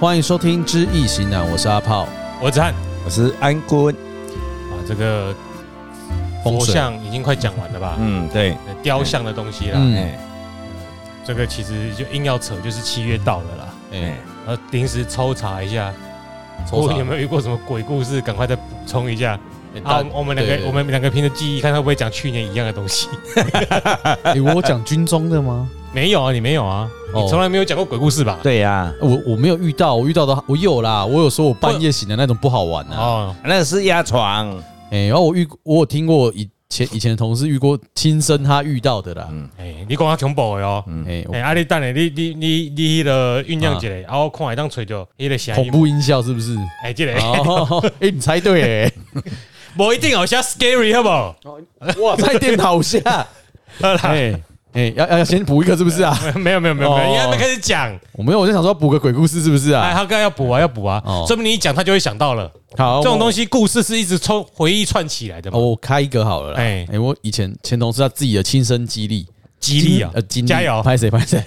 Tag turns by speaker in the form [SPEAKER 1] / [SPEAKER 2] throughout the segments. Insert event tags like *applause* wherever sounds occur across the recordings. [SPEAKER 1] 欢迎收听《知易行难》，我是阿炮。
[SPEAKER 2] 我子翰
[SPEAKER 3] 我是安坤。
[SPEAKER 2] 啊，这个
[SPEAKER 1] 风
[SPEAKER 2] 佛
[SPEAKER 1] 水
[SPEAKER 2] 像已经快讲完了吧？
[SPEAKER 3] 嗯，对，
[SPEAKER 2] 呃雕像的东西啦，
[SPEAKER 1] 嗯
[SPEAKER 3] 哎
[SPEAKER 2] 这个其实就硬要扯，就是七月到了啦，
[SPEAKER 1] 哎
[SPEAKER 3] 哎，，
[SPEAKER 2] 然后临时抽查一下，哦
[SPEAKER 1] 抽查
[SPEAKER 2] 有没有遇过什么鬼故事？赶快再补充一下啊！
[SPEAKER 1] 大
[SPEAKER 2] 我我们两个
[SPEAKER 1] 对
[SPEAKER 2] 我们两个凭着记忆，看会不会讲去年一样的东西？
[SPEAKER 1] 诶我有讲军中的吗？
[SPEAKER 2] 没有啊，你没有啊，
[SPEAKER 1] 哦
[SPEAKER 2] 你从来没有讲过鬼故事吧？
[SPEAKER 3] 对呀，
[SPEAKER 1] *laughs* 我我没有遇到，我遇到的我有啦，我有说我半夜醒的那种不好玩啊。
[SPEAKER 2] 哦，
[SPEAKER 3] 那个是压床。
[SPEAKER 1] 哎，然后我遇我有听过以前以前的同事遇过亲身他遇到的啦。
[SPEAKER 2] 哎，你讲他穷宝哟。
[SPEAKER 1] 哎，我
[SPEAKER 2] 哎，啊你等下，你你你你迄个酝酿一下，啊我看会当吹着迄个声
[SPEAKER 1] 恐
[SPEAKER 2] 音，
[SPEAKER 1] 怖音效是不是？
[SPEAKER 2] 哎，这个
[SPEAKER 1] 哦，哎，你猜对哎，
[SPEAKER 2] 无一定哦有写 scary 好不好？
[SPEAKER 1] 哇，在电脑下，
[SPEAKER 2] 好啦
[SPEAKER 1] 哎哎，要要要先补一个是不是啊？
[SPEAKER 2] *laughs* 没有没有没有没有，你还没开始讲，
[SPEAKER 1] 我没有，我就想说要补个鬼故事是不是
[SPEAKER 2] 哎，
[SPEAKER 1] 啊？
[SPEAKER 2] 他刚刚要补啊要补啊
[SPEAKER 1] 哦，
[SPEAKER 2] 说不定你一讲他就会想到了。
[SPEAKER 1] 好，
[SPEAKER 2] 这种东
[SPEAKER 1] 西。
[SPEAKER 2] 西故事是一直从回忆串起来的嘛
[SPEAKER 1] 哦，，我开一个好了啦。哎
[SPEAKER 2] 哎、
[SPEAKER 1] 我以前前同事他自己的亲身激励，
[SPEAKER 2] 激励啊
[SPEAKER 1] 呃，，经历
[SPEAKER 2] 加油！
[SPEAKER 1] 拍谁拍谁，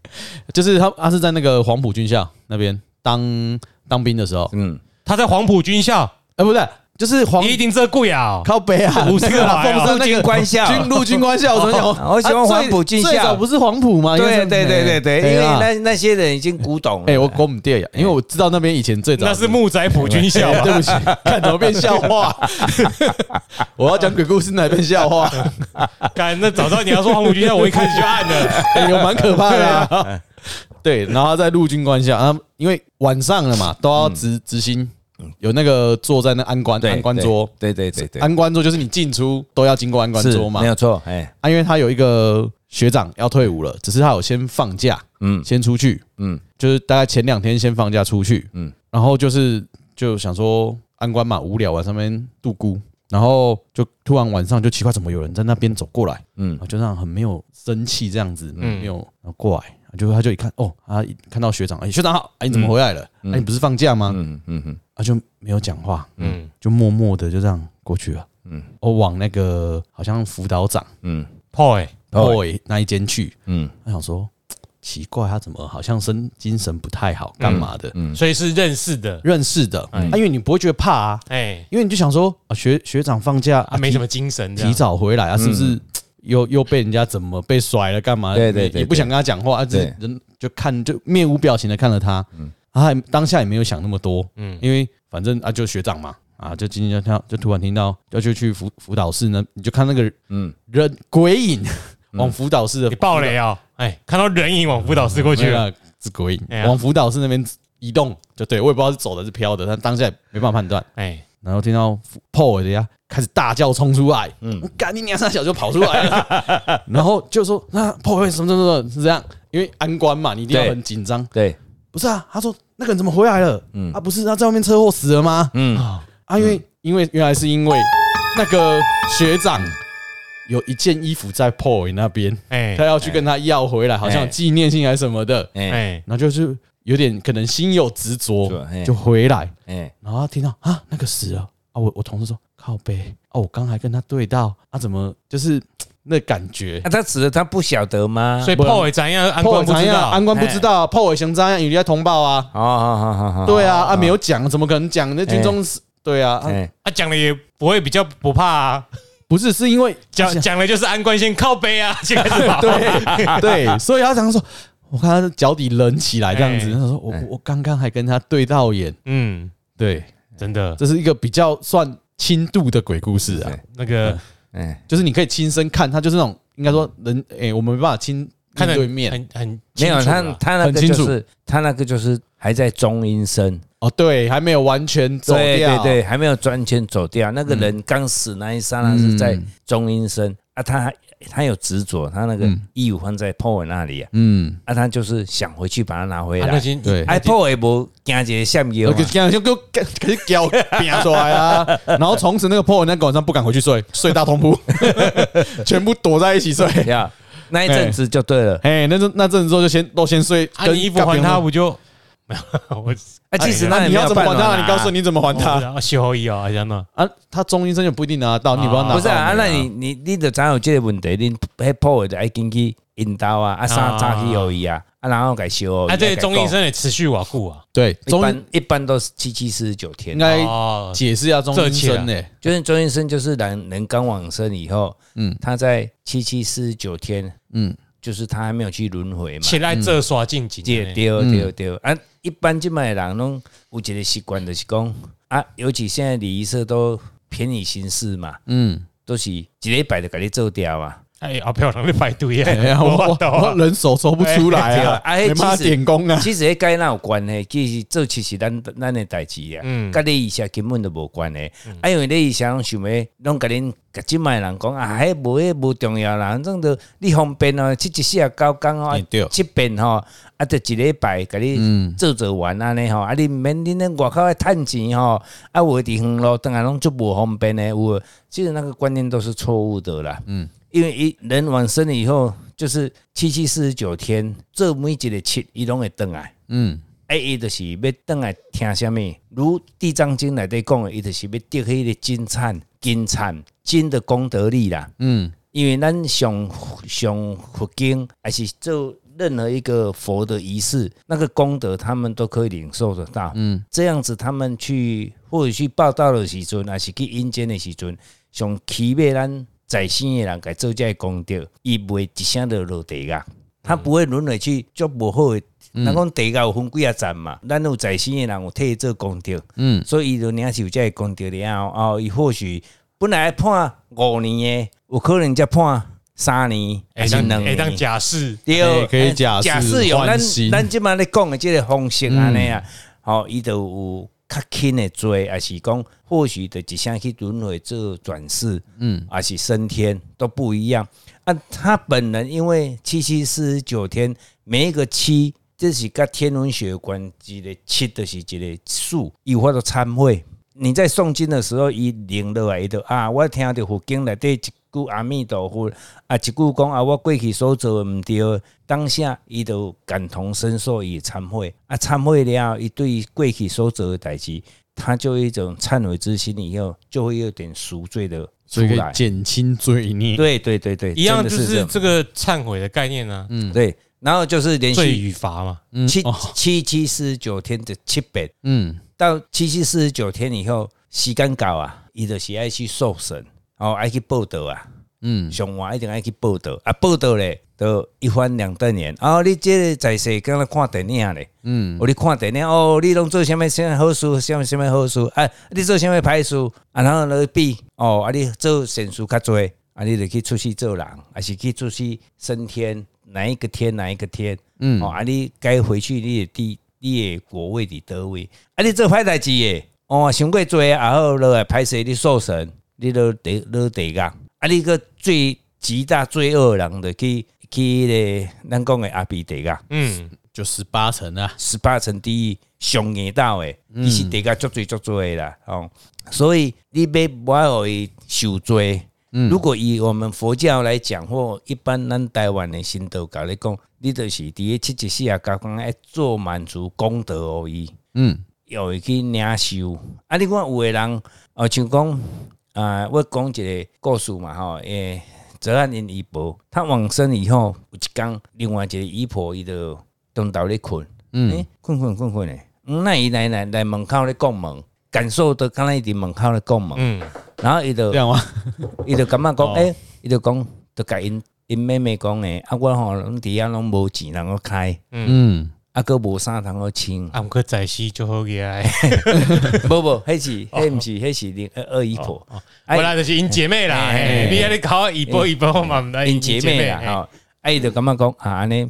[SPEAKER 1] *laughs* 就是他他是在那个黄埔军校那边当当兵的时候，
[SPEAKER 3] 嗯，
[SPEAKER 2] 他在黄埔军校，
[SPEAKER 1] 哎、不是，就是黄
[SPEAKER 2] 你一定这贵
[SPEAKER 1] *laughs*
[SPEAKER 2] 啊，
[SPEAKER 1] 靠北啊，
[SPEAKER 2] 不是
[SPEAKER 1] 那个啦
[SPEAKER 2] 啊哎呦
[SPEAKER 1] 凤山那
[SPEAKER 3] 陆
[SPEAKER 1] 个
[SPEAKER 3] 军官校
[SPEAKER 1] 军陆军官校，我怎么讲？
[SPEAKER 3] 哦我喜欢
[SPEAKER 1] 啊最
[SPEAKER 3] 黄埔军校
[SPEAKER 1] 最早不是黄埔吗？
[SPEAKER 3] 对
[SPEAKER 1] 应该
[SPEAKER 3] 对
[SPEAKER 1] 是
[SPEAKER 3] 对对对，因为。
[SPEAKER 1] 啦
[SPEAKER 3] 那那些人已经古董了。
[SPEAKER 1] 啊哎、我我们对呀，因为我知道那边以前最早
[SPEAKER 2] *laughs* 那是木仔埔军校
[SPEAKER 1] *laughs* 对
[SPEAKER 2] 吧？
[SPEAKER 1] 不起，看怎么变笑话。我要讲鬼故事哪变笑话？
[SPEAKER 2] 干，那早知道你要说黄埔军校，我一开始就按了。
[SPEAKER 1] *laughs* 欸有蛮可怕的、
[SPEAKER 3] *laughs*
[SPEAKER 1] 啊。对，然后他在陆军官校，啊，因为晚上了嘛，都要执执行，有那个坐在那安官
[SPEAKER 3] 嗯对
[SPEAKER 1] 安官桌，
[SPEAKER 3] 对对对对，
[SPEAKER 1] 安官桌就是你进出都要经过安官
[SPEAKER 3] 是
[SPEAKER 1] 桌嘛
[SPEAKER 3] 没。有错。哎，
[SPEAKER 1] 啊，因为他有一个学长要退伍了，只是他有先放假，嗯，先出去，嗯
[SPEAKER 3] 嗯，
[SPEAKER 1] 就是大概前两天先放假出去，嗯
[SPEAKER 3] 嗯，
[SPEAKER 1] 然后就是就想说安官嘛无聊啊晚上那边度孤，然后就突然晚上就奇怪怎么有人在那边走过来，嗯
[SPEAKER 3] 嗯，
[SPEAKER 1] 就那样很没有生气这样子，没有然后过来。就他就一看哦，他一看到学长，哎、学长好，哎、你怎么回来了？哎、你不是放假吗？
[SPEAKER 3] 嗯嗯嗯，
[SPEAKER 1] 他就没有讲话，
[SPEAKER 2] 嗯，
[SPEAKER 1] 就默默的就这样过去了。嗯，我往那个好像辅导长
[SPEAKER 2] 破哎，
[SPEAKER 1] o y 那一间去，
[SPEAKER 3] 嗯，
[SPEAKER 1] 他想说奇怪，他怎么好像身精神不太好，干嘛的？
[SPEAKER 2] 所以是认识的，
[SPEAKER 1] 认识的，啊，因为你不会觉得怕啊，
[SPEAKER 2] 哎，
[SPEAKER 1] 因为你就想说啊，学学长放假
[SPEAKER 2] 啊
[SPEAKER 1] 啊，
[SPEAKER 2] 没
[SPEAKER 1] 提
[SPEAKER 2] 什么精神这样，
[SPEAKER 1] 提早回来啊，是不是？又又被人家怎么被甩了，干嘛？
[SPEAKER 3] 对对对
[SPEAKER 1] 也
[SPEAKER 3] 对
[SPEAKER 1] 也不想跟他讲话，啊，只是人就看就面无表情的看着他，啊，当下也没有想那么多，嗯，因为反正啊，就学长嘛，啊，就今天就听到就突然听到要就去辅辅导室呢，你就看那个嗯人鬼影往辅导室的
[SPEAKER 2] 你爆雷啊！哎，看到人影往辅导室过去
[SPEAKER 1] 去
[SPEAKER 2] 了，
[SPEAKER 1] 了是鬼影
[SPEAKER 2] 哎，呀
[SPEAKER 1] 往辅导室那边移动，就对我也不知道是走的是飘的，但当下也没办法判断。
[SPEAKER 2] 哎，
[SPEAKER 1] 然后听到 Paul 人家开始大叫冲出来，嗯，干你娘三小就跑出来了， *laughs* 然后就说那 Paul 会什么什么什么是这样，因为安官嘛，你一定要
[SPEAKER 3] 对
[SPEAKER 1] 很紧
[SPEAKER 2] 嗯
[SPEAKER 1] 张。
[SPEAKER 3] 对，
[SPEAKER 1] 不是啊，他说那个人怎么回来了？嗯，啊不是他在外面车祸死了吗？嗯啊，因为因为原来是因为那个学长有一件衣服在 Paul 那边，
[SPEAKER 2] 哎
[SPEAKER 1] 他，要去跟他要回来，好像有纪念性还是什么的，
[SPEAKER 3] 哎
[SPEAKER 2] 哎，
[SPEAKER 1] 然后就是有点可能心有执着
[SPEAKER 3] 是嘿，
[SPEAKER 1] 就回来，
[SPEAKER 3] 哎，
[SPEAKER 1] 然后他听到啊那个死了啊，我我同事说靠背哦，我刚还跟他对到啊，怎么就是嘖那感觉
[SPEAKER 3] 那。他死了，他不晓得吗？
[SPEAKER 2] 所以破哎怎样，安官不
[SPEAKER 1] 怎
[SPEAKER 2] 知
[SPEAKER 1] 样？
[SPEAKER 2] 道
[SPEAKER 1] 安，官不知道啊，炮尾行张样，有在通报啊。
[SPEAKER 3] 哦，好好好好，
[SPEAKER 1] 对啊，啊没有讲，怎么可能讲？
[SPEAKER 2] 哎
[SPEAKER 1] 那军中是，对啊，啊
[SPEAKER 3] 哎，
[SPEAKER 2] 他讲的也不会比较不怕啊。
[SPEAKER 1] 不是是因为 *laughs*
[SPEAKER 2] 讲讲的就是安官先靠背啊， *laughs* 先开始跑。
[SPEAKER 1] 对对，所以他常说，我看他脚底冷起来这样子，
[SPEAKER 2] 哎
[SPEAKER 1] 他说我我我刚刚还跟他对到眼，
[SPEAKER 2] 嗯，
[SPEAKER 1] 对，
[SPEAKER 2] 真的，
[SPEAKER 1] 这是一个比较算轻度的鬼故事啊。
[SPEAKER 2] 那个
[SPEAKER 3] 哎，
[SPEAKER 1] 就是你可以亲身看，他就是那种应该说人，诶，我们没办法亲
[SPEAKER 2] 看
[SPEAKER 1] 面对
[SPEAKER 2] 得
[SPEAKER 1] 面
[SPEAKER 2] 很很
[SPEAKER 3] 没有
[SPEAKER 2] 清楚
[SPEAKER 3] 他
[SPEAKER 2] 啦
[SPEAKER 3] 他那个
[SPEAKER 1] 啊很清
[SPEAKER 3] 就
[SPEAKER 1] 楚
[SPEAKER 3] 是他那个就是还在中阴身，
[SPEAKER 1] 哦，对，还没有完全走
[SPEAKER 3] 对
[SPEAKER 1] 掉，
[SPEAKER 3] 对对，还没有完全走掉。那个人刚死那一刹那是
[SPEAKER 1] 嗯
[SPEAKER 3] 在中阴身、啊，他还他有执着，他那个义务放在 Paul 那里啊，
[SPEAKER 1] 嗯，
[SPEAKER 3] 啊，他就是想回去把它拿回
[SPEAKER 2] 啊
[SPEAKER 3] 来
[SPEAKER 2] 那。些
[SPEAKER 1] 对
[SPEAKER 3] 哎，Paul 也不惊一个闪
[SPEAKER 1] 那
[SPEAKER 3] 腰嘛
[SPEAKER 1] 个，这样就给我给给脚变出来啊，然后从此那个 Paul 那个晚上不敢回去睡，睡大通铺，全部躲在一起睡。 *laughs*
[SPEAKER 3] 呀，那一阵子就对了。
[SPEAKER 1] 哎，那阵那阵之后就先都先睡，
[SPEAKER 2] 啊，你衣服还他不就？没有， *laughs* 我
[SPEAKER 3] 啊，其实
[SPEAKER 2] 哎
[SPEAKER 3] 那
[SPEAKER 1] 那
[SPEAKER 3] 也
[SPEAKER 1] 你
[SPEAKER 3] 没
[SPEAKER 1] 要
[SPEAKER 3] 有
[SPEAKER 1] 怎么还
[SPEAKER 3] 办法啊
[SPEAKER 1] 他？
[SPEAKER 3] 拿
[SPEAKER 1] 你告诉我你怎么还他
[SPEAKER 2] 他修衣哦，还是那
[SPEAKER 1] 啊？他中医
[SPEAKER 3] 啊
[SPEAKER 1] 生也不一定拿到，你不要拿到没。
[SPEAKER 3] 不是啊，啊那你你你的怎有这个问题？你 Paul 的爱进去引导啊，啊啥炸去而已啊，啊然后改修。
[SPEAKER 2] 啊，这个中医生也持续瓦固啊，
[SPEAKER 1] 对，
[SPEAKER 3] 一
[SPEAKER 1] 中
[SPEAKER 3] 般一般都是七七四十九天
[SPEAKER 1] 应，该
[SPEAKER 2] 哦，
[SPEAKER 1] 解释一下中医生欸呢、
[SPEAKER 3] 就是中医生就是人人刚往生以后，
[SPEAKER 1] 嗯
[SPEAKER 3] 他在七七四十九天，
[SPEAKER 1] 嗯，
[SPEAKER 3] 就是他还没有去轮回嘛。
[SPEAKER 2] 起来这刷进进
[SPEAKER 3] 对
[SPEAKER 2] 的，
[SPEAKER 3] 对对对，啊，一般即卖人拢有一个习惯，就是讲啊，尤其现在礼仪社都便宜行事嘛，
[SPEAKER 1] 嗯，
[SPEAKER 3] 都是一礼拜就给你做掉啊。
[SPEAKER 2] 哎，好漂亮，你排队
[SPEAKER 1] 哎
[SPEAKER 2] 耶，
[SPEAKER 1] 呀，我
[SPEAKER 2] 我
[SPEAKER 1] 我我
[SPEAKER 2] 懂，啊
[SPEAKER 1] 人手收不出来啊，
[SPEAKER 3] 哎对啊哎
[SPEAKER 1] 没办法
[SPEAKER 3] 其实
[SPEAKER 1] 点工啊，
[SPEAKER 3] 其实迄跟那有关系，其实做其实咱咱的代志啊，
[SPEAKER 2] 嗯
[SPEAKER 3] 甲你以下根本就无关系。啊，因为你以下拢想要拢甲恁甲即卖人讲啊，迄无迄无重要啦，反正都你方便哦，七一四啊九工哦
[SPEAKER 1] 哎对，
[SPEAKER 3] 七遍吼，啊，就一礼拜甲
[SPEAKER 1] 嗯
[SPEAKER 3] 你做做完安尼吼，啊，你毋免恁咧外口来趁钱吼，啊，有的远路当然拢足无方便的，有的其实那个观念都是错误的啦。嗯，因为一人往生了以后。就是七七四十九天，做每一个七，伊拢会倒来。
[SPEAKER 1] 嗯
[SPEAKER 3] 哎，伊就是要倒来听什么？如《地藏经》内底讲的，伊就是要得迄个金灿、金灿、金的功德力啦。
[SPEAKER 1] 嗯
[SPEAKER 3] 因为咱上上佛经，还是做任何一个佛的仪式，那个功德他们都可以领受得到。
[SPEAKER 1] 嗯，
[SPEAKER 3] 这样子他们去或者去报道的时阵，还是去阴间的时阵，上起码咱在生的人该做这个功德，伊袂一声就落地狱，啊他不会轮回去做无好的。人讲地狱有分几啊站嘛，咱有在生的人有替伊做功德，
[SPEAKER 1] 嗯，
[SPEAKER 3] 所以伊就领受这个功德了后，哦，伊或许本来判五年的，有可能才判三年，还
[SPEAKER 2] 哎，
[SPEAKER 3] 是
[SPEAKER 2] 当
[SPEAKER 3] 两
[SPEAKER 2] 哎
[SPEAKER 3] 年。
[SPEAKER 2] 当假释，
[SPEAKER 3] 对，
[SPEAKER 1] 哎可以
[SPEAKER 3] 哎
[SPEAKER 1] 假释
[SPEAKER 3] 假释有咱
[SPEAKER 1] 缓刑
[SPEAKER 3] 咱即摆咧讲的即个方式安尼
[SPEAKER 1] 嗯
[SPEAKER 3] 啊，吼，伊就有较轻的罪，也是讲或许就一项去轮回做转世，嗯，也是升天都不一样。啊，他本人因为七七四十九天，每一个七，这是甲天文学有关系的七，就是一个数，伊有法度参会。你在诵经的时候，伊灵落来伊就啊，我听到佛经内底一句阿弥陀佛，啊一句讲啊，我过去所做的毋对，当下伊就感同身受，伊忏悔啊，忏悔了后，伊对于过去所做的代志，他就有一种忏悔之心，以后就会有点赎罪的出
[SPEAKER 1] 所以可以
[SPEAKER 3] 来。
[SPEAKER 1] 减轻罪孽，
[SPEAKER 3] 对对对对，
[SPEAKER 2] 一样就
[SPEAKER 3] 真的是这
[SPEAKER 2] 是
[SPEAKER 3] 样嗯
[SPEAKER 2] 这个忏悔的概念啊呢，
[SPEAKER 1] 嗯
[SPEAKER 3] 对，然后就是连
[SPEAKER 2] 罪
[SPEAKER 3] 续
[SPEAKER 2] 与罚嘛，
[SPEAKER 3] 七
[SPEAKER 1] 哦
[SPEAKER 3] 七七四十九天的七遍，
[SPEAKER 1] 嗯
[SPEAKER 3] 到七七四十九天以后，时间到啊，伊就是爱去受审，哦，爱去报道啊，
[SPEAKER 1] 嗯
[SPEAKER 3] 上晚一定爱去报道啊，报道咧，都一翻两瞪眼。哦，你这个在世敢若看电影咧，
[SPEAKER 1] 嗯，
[SPEAKER 3] 哦，你看电影哦，你拢做什么什么好事，什么什么好事，啊，你做什么歹事，啊，然后来比哦，啊，你做善事较多，啊，你就去出去做人，还是去出去升天，哪一个天哪一个天，嗯，哦，啊，你该回去你的地，你的国位伫倒位，啊，你做歹代志诶，哦，想过做，啊，后落来歹势你受神，你落地落地狱，啊，你个最极大罪恶的人就去去迄个咱讲的阿鼻地狱。
[SPEAKER 2] 嗯，
[SPEAKER 1] 就十八层啊，
[SPEAKER 3] 十八层地狱上硬道的，伊是地界足罪足罪的啦，哦，所以你要不要互伊受罪？如果以我们佛教来讲，或一般咱台湾的神道教来讲，你就是伫咧七七四啊，教讲要做满足功德而已。
[SPEAKER 1] 嗯
[SPEAKER 3] 又会去领受。啊，你看有的人，哦，像讲，啊、我讲一个故事嘛，吼，诶，泽安因姨婆，她往生以后，有一天，另外一个姨婆，伊就中岛咧困，嗯，困困困困咧，嗯，那伊来来来门口咧讲门，感受到刚才伫门口咧讲门，
[SPEAKER 2] 嗯，
[SPEAKER 3] 然后伊就
[SPEAKER 1] 这样吗？
[SPEAKER 3] 伊就感觉讲，
[SPEAKER 1] 哦
[SPEAKER 3] 诶、伊就讲，就甲因因妹妹讲诶，啊，我吼，拢伫遐拢无钱通好开，
[SPEAKER 1] 嗯
[SPEAKER 3] 啊，佫无衫通好穿。
[SPEAKER 2] 啊俺们可在西就好起来，
[SPEAKER 3] *laughs* 不不，迄是迄毋是迄是恁二二姨婆，哎
[SPEAKER 2] 本来就是因姐妹啦，嘿你还得搞一波一波嘛，不然
[SPEAKER 3] 因哎姐妹啦，
[SPEAKER 2] 嘿
[SPEAKER 3] 吼，啊伊就感觉讲啊，安尼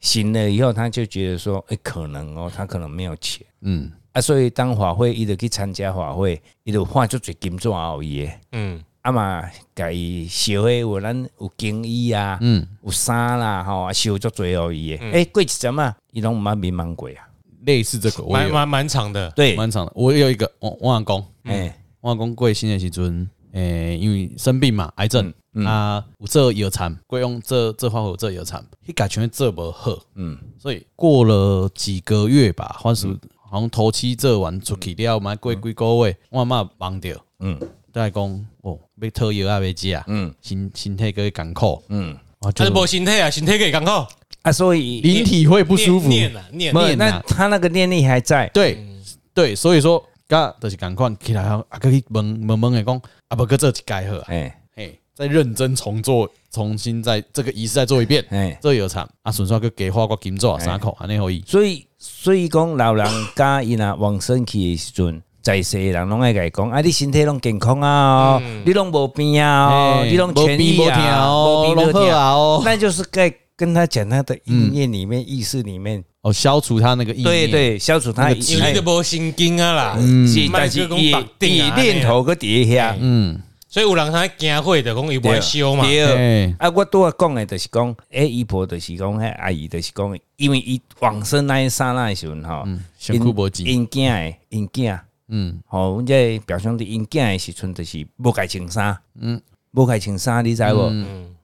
[SPEAKER 3] 醒了以后，他就觉得说，诶，可能哦，他可能没有钱
[SPEAKER 1] 嗯
[SPEAKER 3] 啊，所以当法会，伊就去参加法会，伊就画足侪金纸后伊诶，
[SPEAKER 2] 嗯，
[SPEAKER 3] 啊嘛，家己烧诶有咱有经衣啊，
[SPEAKER 1] 嗯，
[SPEAKER 3] 有衫啦，吼，啊烧足侪后伊诶，诶，过一阵啊，伊拢毋捌迷茫过啊，
[SPEAKER 1] 类似这个我
[SPEAKER 2] 蛮
[SPEAKER 1] 有
[SPEAKER 2] 蛮蛮长的，
[SPEAKER 3] 对，
[SPEAKER 1] 蛮长的，我有一个我我阿公，
[SPEAKER 3] 诶，
[SPEAKER 1] 我阿公过身的时阵，诶、因为生病嘛，癌症、
[SPEAKER 3] 嗯
[SPEAKER 1] 啊，有做药残，过用这这花有做药残，迄家全做无好，
[SPEAKER 3] 嗯，
[SPEAKER 1] 所以过了几个月吧，或是好像头七做完出去了，嘛过几个月，我嘛忘掉，
[SPEAKER 3] 嗯
[SPEAKER 1] 再讲哦，要讨药啊，要食啊，
[SPEAKER 3] 嗯
[SPEAKER 1] 身身体个艰苦，
[SPEAKER 3] 嗯，
[SPEAKER 1] 啊，
[SPEAKER 2] 他
[SPEAKER 1] 就是
[SPEAKER 2] 无身体啊，身体可以刚好
[SPEAKER 3] 啊，所以
[SPEAKER 1] 灵体会不舒服，
[SPEAKER 2] 念嗯啊念
[SPEAKER 1] 没有
[SPEAKER 2] 念，
[SPEAKER 1] 笨啊
[SPEAKER 3] 那他那个念力还在，
[SPEAKER 1] 对对，所以说，噶就是赶快起来后，啊，个去问问问的讲，啊，不，搁这一改好啊，
[SPEAKER 3] 哎
[SPEAKER 1] 嘿，再认真重做，重新再这个仪式再做一遍，
[SPEAKER 3] 哎，
[SPEAKER 1] 这有惨啊，顺续去加花个金纸啊，
[SPEAKER 3] 嘿
[SPEAKER 1] 衫裤安尼可以，
[SPEAKER 3] 所以所以讲老人家伊若往生去的时阵。在世的人拢爱甲伊讲，啊，你身体拢健康啊、哦，你拢无病啊、哦，
[SPEAKER 1] 嘿
[SPEAKER 3] 你拢
[SPEAKER 1] 无
[SPEAKER 3] 痊
[SPEAKER 1] 病
[SPEAKER 3] 愈
[SPEAKER 1] 无痛
[SPEAKER 3] 啊，
[SPEAKER 1] 哦
[SPEAKER 3] 无病无
[SPEAKER 1] 拢
[SPEAKER 3] 痛
[SPEAKER 1] 好啊哦
[SPEAKER 3] 那就是该跟他讲他的意念里面、意识里面，
[SPEAKER 1] 哦，消除他那个意念，
[SPEAKER 3] 对对，消除他
[SPEAKER 1] 那
[SPEAKER 3] 一
[SPEAKER 1] 个
[SPEAKER 2] 因为你
[SPEAKER 3] 切
[SPEAKER 2] 就无神经啊啦，
[SPEAKER 3] 是，
[SPEAKER 2] 莫
[SPEAKER 3] 但
[SPEAKER 2] 去
[SPEAKER 3] 是
[SPEAKER 2] 讲
[SPEAKER 3] 伊
[SPEAKER 2] 绑
[SPEAKER 3] 伊
[SPEAKER 2] 定啊
[SPEAKER 3] 念头个底下，
[SPEAKER 1] 嗯，
[SPEAKER 2] 所以有人他惊会的，讲伊不
[SPEAKER 3] 对
[SPEAKER 2] 爱修嘛，
[SPEAKER 1] 哎，
[SPEAKER 3] 啊，我拄啊讲的，就是讲，诶，姨婆就是讲，迄阿姨就是讲，因为伊往生那一刹那的时阵吼，
[SPEAKER 1] 辛苦无钱，
[SPEAKER 3] 因囝的因囝，
[SPEAKER 1] 嗯，
[SPEAKER 3] 吼，阮这表兄弟因囝的时阵，就是无该穿衫，嗯，无该穿衫，你知无？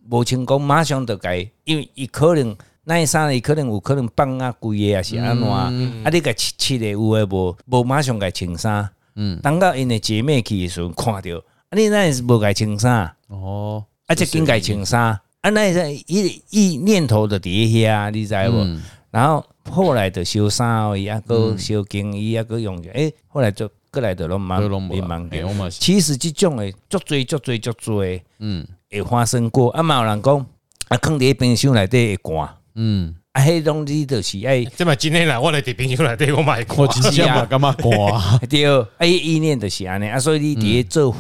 [SPEAKER 3] 无穿讲马上就该，因为伊可能那一刹那，伊可能有可能放啊规个啊是安怎啊？啊，你甲切切的有诶无？无马上该穿衫，嗯，等到因的姐妹去的时阵看着，啊，你那是无该穿衫。
[SPEAKER 1] 哦，
[SPEAKER 3] 啊，这应该穿衫。啊，那个一一念头的底下，啊你知无？
[SPEAKER 1] 嗯
[SPEAKER 3] 然后后来就烧衫而已，啊，个烧经衣，啊，个用着，诶，后来就过来就拢忙
[SPEAKER 1] 都拢，无
[SPEAKER 3] 迷
[SPEAKER 1] 啊，
[SPEAKER 3] 茫
[SPEAKER 1] 哎我
[SPEAKER 3] 掉。
[SPEAKER 1] 嘛是，
[SPEAKER 3] 其实这种的足多足多足多的
[SPEAKER 1] 嗯
[SPEAKER 3] 会发生过，啊，嘛有人讲啊，放伫冰箱内底会寒，
[SPEAKER 1] 嗯，
[SPEAKER 3] 啊，迄种你就
[SPEAKER 1] *laughs*
[SPEAKER 3] 是爱
[SPEAKER 2] 这嘛真天啦，我来伫朋友内底我买
[SPEAKER 1] 我
[SPEAKER 2] 过，
[SPEAKER 1] 真正嘛干嘛刮？
[SPEAKER 3] 对，啊，伊意念就是安尼，啊，所以你伫咧做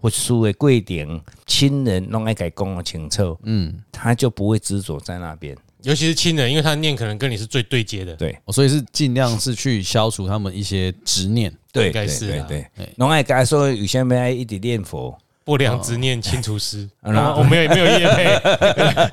[SPEAKER 3] 佛事的过程，亲人拢爱甲伊讲得清楚，
[SPEAKER 1] 嗯，
[SPEAKER 3] 他就不会执着在那边。
[SPEAKER 2] 尤其是亲人，因为他念可能跟你是最对接的，
[SPEAKER 3] 对
[SPEAKER 1] 哦所以是尽量是去消除他们一些执念，
[SPEAKER 3] 对
[SPEAKER 2] 应该是
[SPEAKER 3] 对
[SPEAKER 2] 啊
[SPEAKER 3] 对，侬爱甲所以有啥物爱一直念佛，
[SPEAKER 2] 不良执念清除师，
[SPEAKER 3] 啊哎然后
[SPEAKER 2] 啊我没有没有业
[SPEAKER 3] *laughs*
[SPEAKER 2] 配，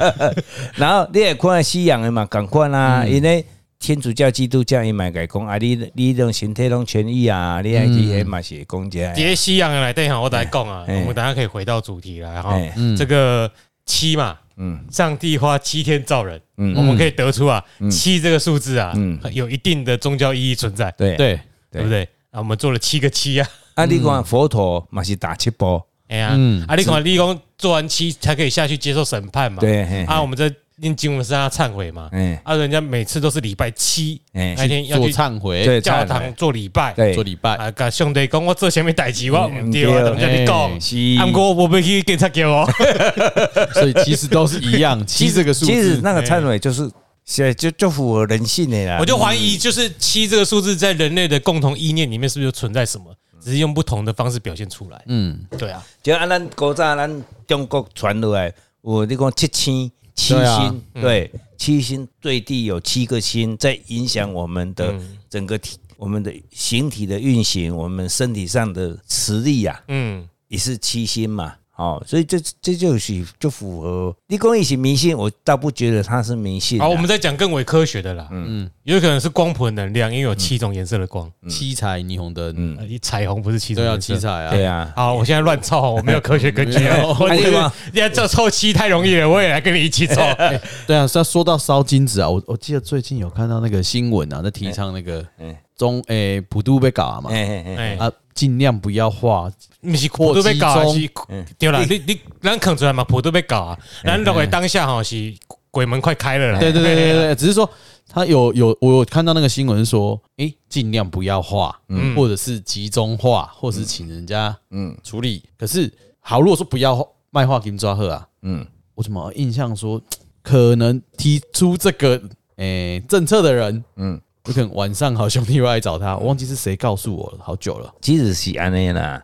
[SPEAKER 3] 然后你也看西洋的嘛，共款啊，因为天主教、基督教伊嘛伊讲啊，你你种身体拢痊愈啊，你爱去迄嘛是会讲这个，
[SPEAKER 2] 别西洋的来对哈，我等下讲啊，
[SPEAKER 3] 哎
[SPEAKER 2] 我们等下可以回到主题来哈
[SPEAKER 3] 哎，
[SPEAKER 1] 嗯
[SPEAKER 2] 这个七嘛，
[SPEAKER 3] 嗯
[SPEAKER 2] 上帝花七天造人，
[SPEAKER 3] 嗯
[SPEAKER 2] 我们可以得出啊，七这个数字啊
[SPEAKER 3] 嗯，
[SPEAKER 2] 有一定的宗教意义存在，
[SPEAKER 3] 对
[SPEAKER 1] 对，
[SPEAKER 2] 对不对？啊，我们做了七个七啊，
[SPEAKER 3] 啊，你看佛陀嘛是打七波，
[SPEAKER 2] 哎呀
[SPEAKER 1] 嗯，
[SPEAKER 2] 啊，你看立功做完七才可以下去接受审判嘛，
[SPEAKER 3] 对嘿
[SPEAKER 2] 啊，我们在念经文是让他忏悔嘛，
[SPEAKER 3] 哎
[SPEAKER 2] 啊，人家每次都是礼拜七
[SPEAKER 3] 哎
[SPEAKER 2] 那天要
[SPEAKER 1] 做
[SPEAKER 2] 去
[SPEAKER 1] 忏悔，
[SPEAKER 3] 对
[SPEAKER 2] 教
[SPEAKER 3] 忏
[SPEAKER 2] 堂
[SPEAKER 3] 悔
[SPEAKER 2] 做礼拜，
[SPEAKER 1] 做
[SPEAKER 3] 对
[SPEAKER 1] 礼拜，
[SPEAKER 2] 啊，甲兄弟讲我做啥物代志，我
[SPEAKER 3] 嗯
[SPEAKER 2] 唔对啊，
[SPEAKER 3] 对
[SPEAKER 2] 等下你讲。
[SPEAKER 3] 是，
[SPEAKER 2] 啊，毋过我要去警察局哦。
[SPEAKER 1] 所以其实都是一样，七这个数
[SPEAKER 3] *laughs* 其实
[SPEAKER 1] 字，
[SPEAKER 3] 那个忏悔就是是就就符合人性的啦，
[SPEAKER 2] 我就怀疑，就是七这个数字在人类的共同意念里面是不是存在什么，只是用不同的方式表现出来。
[SPEAKER 1] 嗯，
[SPEAKER 2] 对啊，
[SPEAKER 3] 就按咱古早咱中国传落来，有你讲七星七
[SPEAKER 1] 对啊
[SPEAKER 3] 星，
[SPEAKER 2] 嗯
[SPEAKER 3] 对，七星最低有七个星，在影响我们的
[SPEAKER 2] 嗯
[SPEAKER 3] 整个体，我们的形体的运行，我们身体上的磁力呀、啊，
[SPEAKER 2] 嗯，
[SPEAKER 3] 也是七星嘛。哦，所以这这就是就符合你讲一些迷信，我倒不觉得他是迷信、
[SPEAKER 2] 嗯
[SPEAKER 3] 啊。
[SPEAKER 2] 好，我们再讲更为科学的啦。嗯，有可能是光谱的能量，因为有七种颜色的光，
[SPEAKER 1] 七彩霓虹灯，
[SPEAKER 2] 呃彩虹不是七种
[SPEAKER 1] 对啊，
[SPEAKER 2] 颜
[SPEAKER 1] 七
[SPEAKER 2] 色。
[SPEAKER 1] 彩啊，
[SPEAKER 3] 嗯对啊，
[SPEAKER 2] 好，我现在乱凑， *laughs* 我没有科学根据啊。我哎
[SPEAKER 3] 哎
[SPEAKER 2] 只
[SPEAKER 3] 你
[SPEAKER 2] 是
[SPEAKER 3] 嘛
[SPEAKER 2] 你要这凑七太容易了，我也来跟你一 *laughs* 起凑。
[SPEAKER 1] 对啊，是要说到烧金纸啊，我我记得最近有看到那个新闻啊，在提倡那个
[SPEAKER 3] 哎
[SPEAKER 1] 中诶普渡被搞啊嘛，
[SPEAKER 3] 哎哎哎，
[SPEAKER 2] 哎，
[SPEAKER 1] 啊，尽量不要画，
[SPEAKER 2] 不是普都被搞啊，是对啦，你你咱看出来嘛，普都被搞啊，咱认为当下吼是鬼门快开了啦。
[SPEAKER 1] 对对对对对对，只是说他有有我有看到那个新闻说，诶，尽量不要画，或者是集中画，或是请人家嗯处理。可是好，如果说不要画卖画金抓鹤啊，
[SPEAKER 3] 嗯，
[SPEAKER 1] 我怎么印象说可能提出这个诶、政策的人，嗯
[SPEAKER 3] 嗯，
[SPEAKER 1] 有可能晚上好兄弟会来找他，我忘记是谁告诉我了，好久了。
[SPEAKER 3] 其实是安尼啦。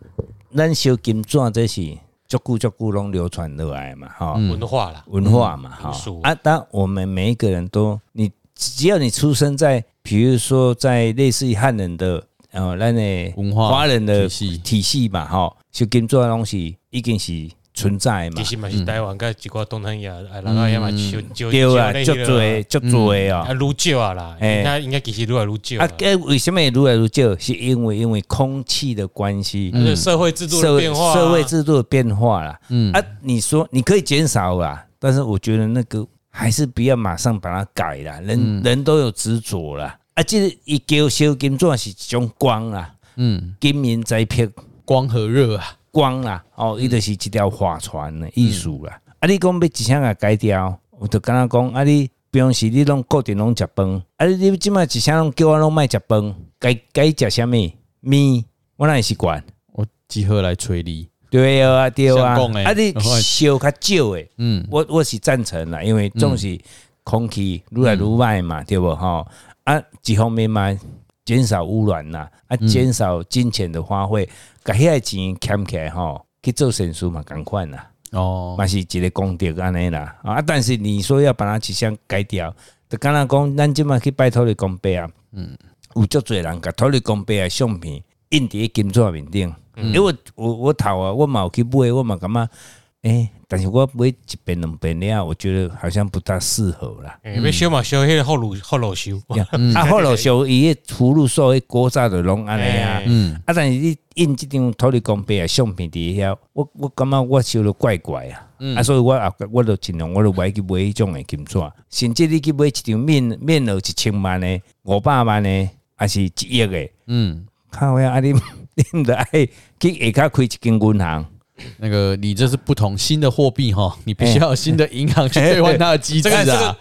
[SPEAKER 3] 咱烧金纸这是足久足久拢流传落来的嘛，哈、
[SPEAKER 1] 嗯
[SPEAKER 2] 文化啦，
[SPEAKER 3] 文化嘛，哈、
[SPEAKER 2] 嗯民俗
[SPEAKER 3] 啊，当我们每一个人都，你只要你出生在，比如说在类似于汉人的，呃，咱的
[SPEAKER 1] 文化
[SPEAKER 3] 华人的
[SPEAKER 1] 体系
[SPEAKER 3] 体系嘛，哈，就金砖东西已经是存在嘛
[SPEAKER 2] 其，实嘛是台湾跟一个东南亚，哎，然后也嘛就就
[SPEAKER 3] 对啊，足多足多的
[SPEAKER 2] 啊，
[SPEAKER 3] 哦。
[SPEAKER 2] 愈少啊啦，
[SPEAKER 3] 哎
[SPEAKER 2] 应该应该其实愈来愈少
[SPEAKER 3] 啊
[SPEAKER 2] 啊，，
[SPEAKER 3] 诶，为什么会越来越少？是因为因为空气的关系，
[SPEAKER 2] 就是啊社会嗯制度的
[SPEAKER 3] 社会
[SPEAKER 2] 变化啊，
[SPEAKER 3] 嗯社会制度的变化啦。嗯啊，你说你可以减少啦，但是我觉得那个还是不要马上把它改啦。人、
[SPEAKER 1] 嗯
[SPEAKER 3] 人都有执着啦。啊，这个一叫烧金纸是一种光啦，
[SPEAKER 1] 嗯，
[SPEAKER 3] 金银栽培
[SPEAKER 1] 光和热啊，
[SPEAKER 3] 光啦，哦，伊就是一条划船的艺术啦。啊，你讲要一项啊改掉，我就跟他讲啊，你平时你拢固定拢食饭，啊，你即摆一项拢叫我拢莫食饭，该该食啥物面，我哪会习惯？
[SPEAKER 1] 我集合来催你。
[SPEAKER 3] 对啊，对啊
[SPEAKER 1] 想讲，的
[SPEAKER 3] 啊你
[SPEAKER 1] 然后
[SPEAKER 3] 烧较少诶，
[SPEAKER 1] 嗯
[SPEAKER 3] 我我是赞成啦，因为总是空气愈来愈歹嘛，对不吼？啊，一方面嘛，减少污染啦，啊，减少金钱的花费，甲遐个钱欠起来吼，去做善事嘛，共款啦，
[SPEAKER 1] 哦，
[SPEAKER 3] 嘛是一个功德安尼啦。啊，但是你说要把它一项改掉，就敢若讲，咱即马去拜托你公伯啊，有足侪人甲托你公伯诶相片印伫金纸面顶。因为我我我头啊，我嘛有去买，我嘛感觉，诶、但是我买一遍两遍了，我觉得好像不大适合啦。
[SPEAKER 2] 哎，要修嘛修，迄个后路后路修，
[SPEAKER 3] 啊，后头像伊迄葫芦所迄古早就拢安尼
[SPEAKER 2] 哎
[SPEAKER 3] 啊。
[SPEAKER 1] 嗯，
[SPEAKER 3] 啊，但是你印即张托你公伯诶相片伫遐，我我感觉我收了怪怪啊。
[SPEAKER 2] 嗯
[SPEAKER 3] 啊，所以我啊，我就尽量我就袂去买迄种诶金纸，甚至你去买一张面面额一千万诶、五百万诶，还是一亿诶，
[SPEAKER 1] 嗯，
[SPEAKER 3] 靠呀！啊你 *laughs* 你毋着爱去下骹开一间银行。
[SPEAKER 1] 那个你这是不同新的货币哈，你必须要有新的银行去兑换它的机制
[SPEAKER 2] 这个这
[SPEAKER 1] 啊
[SPEAKER 2] 个。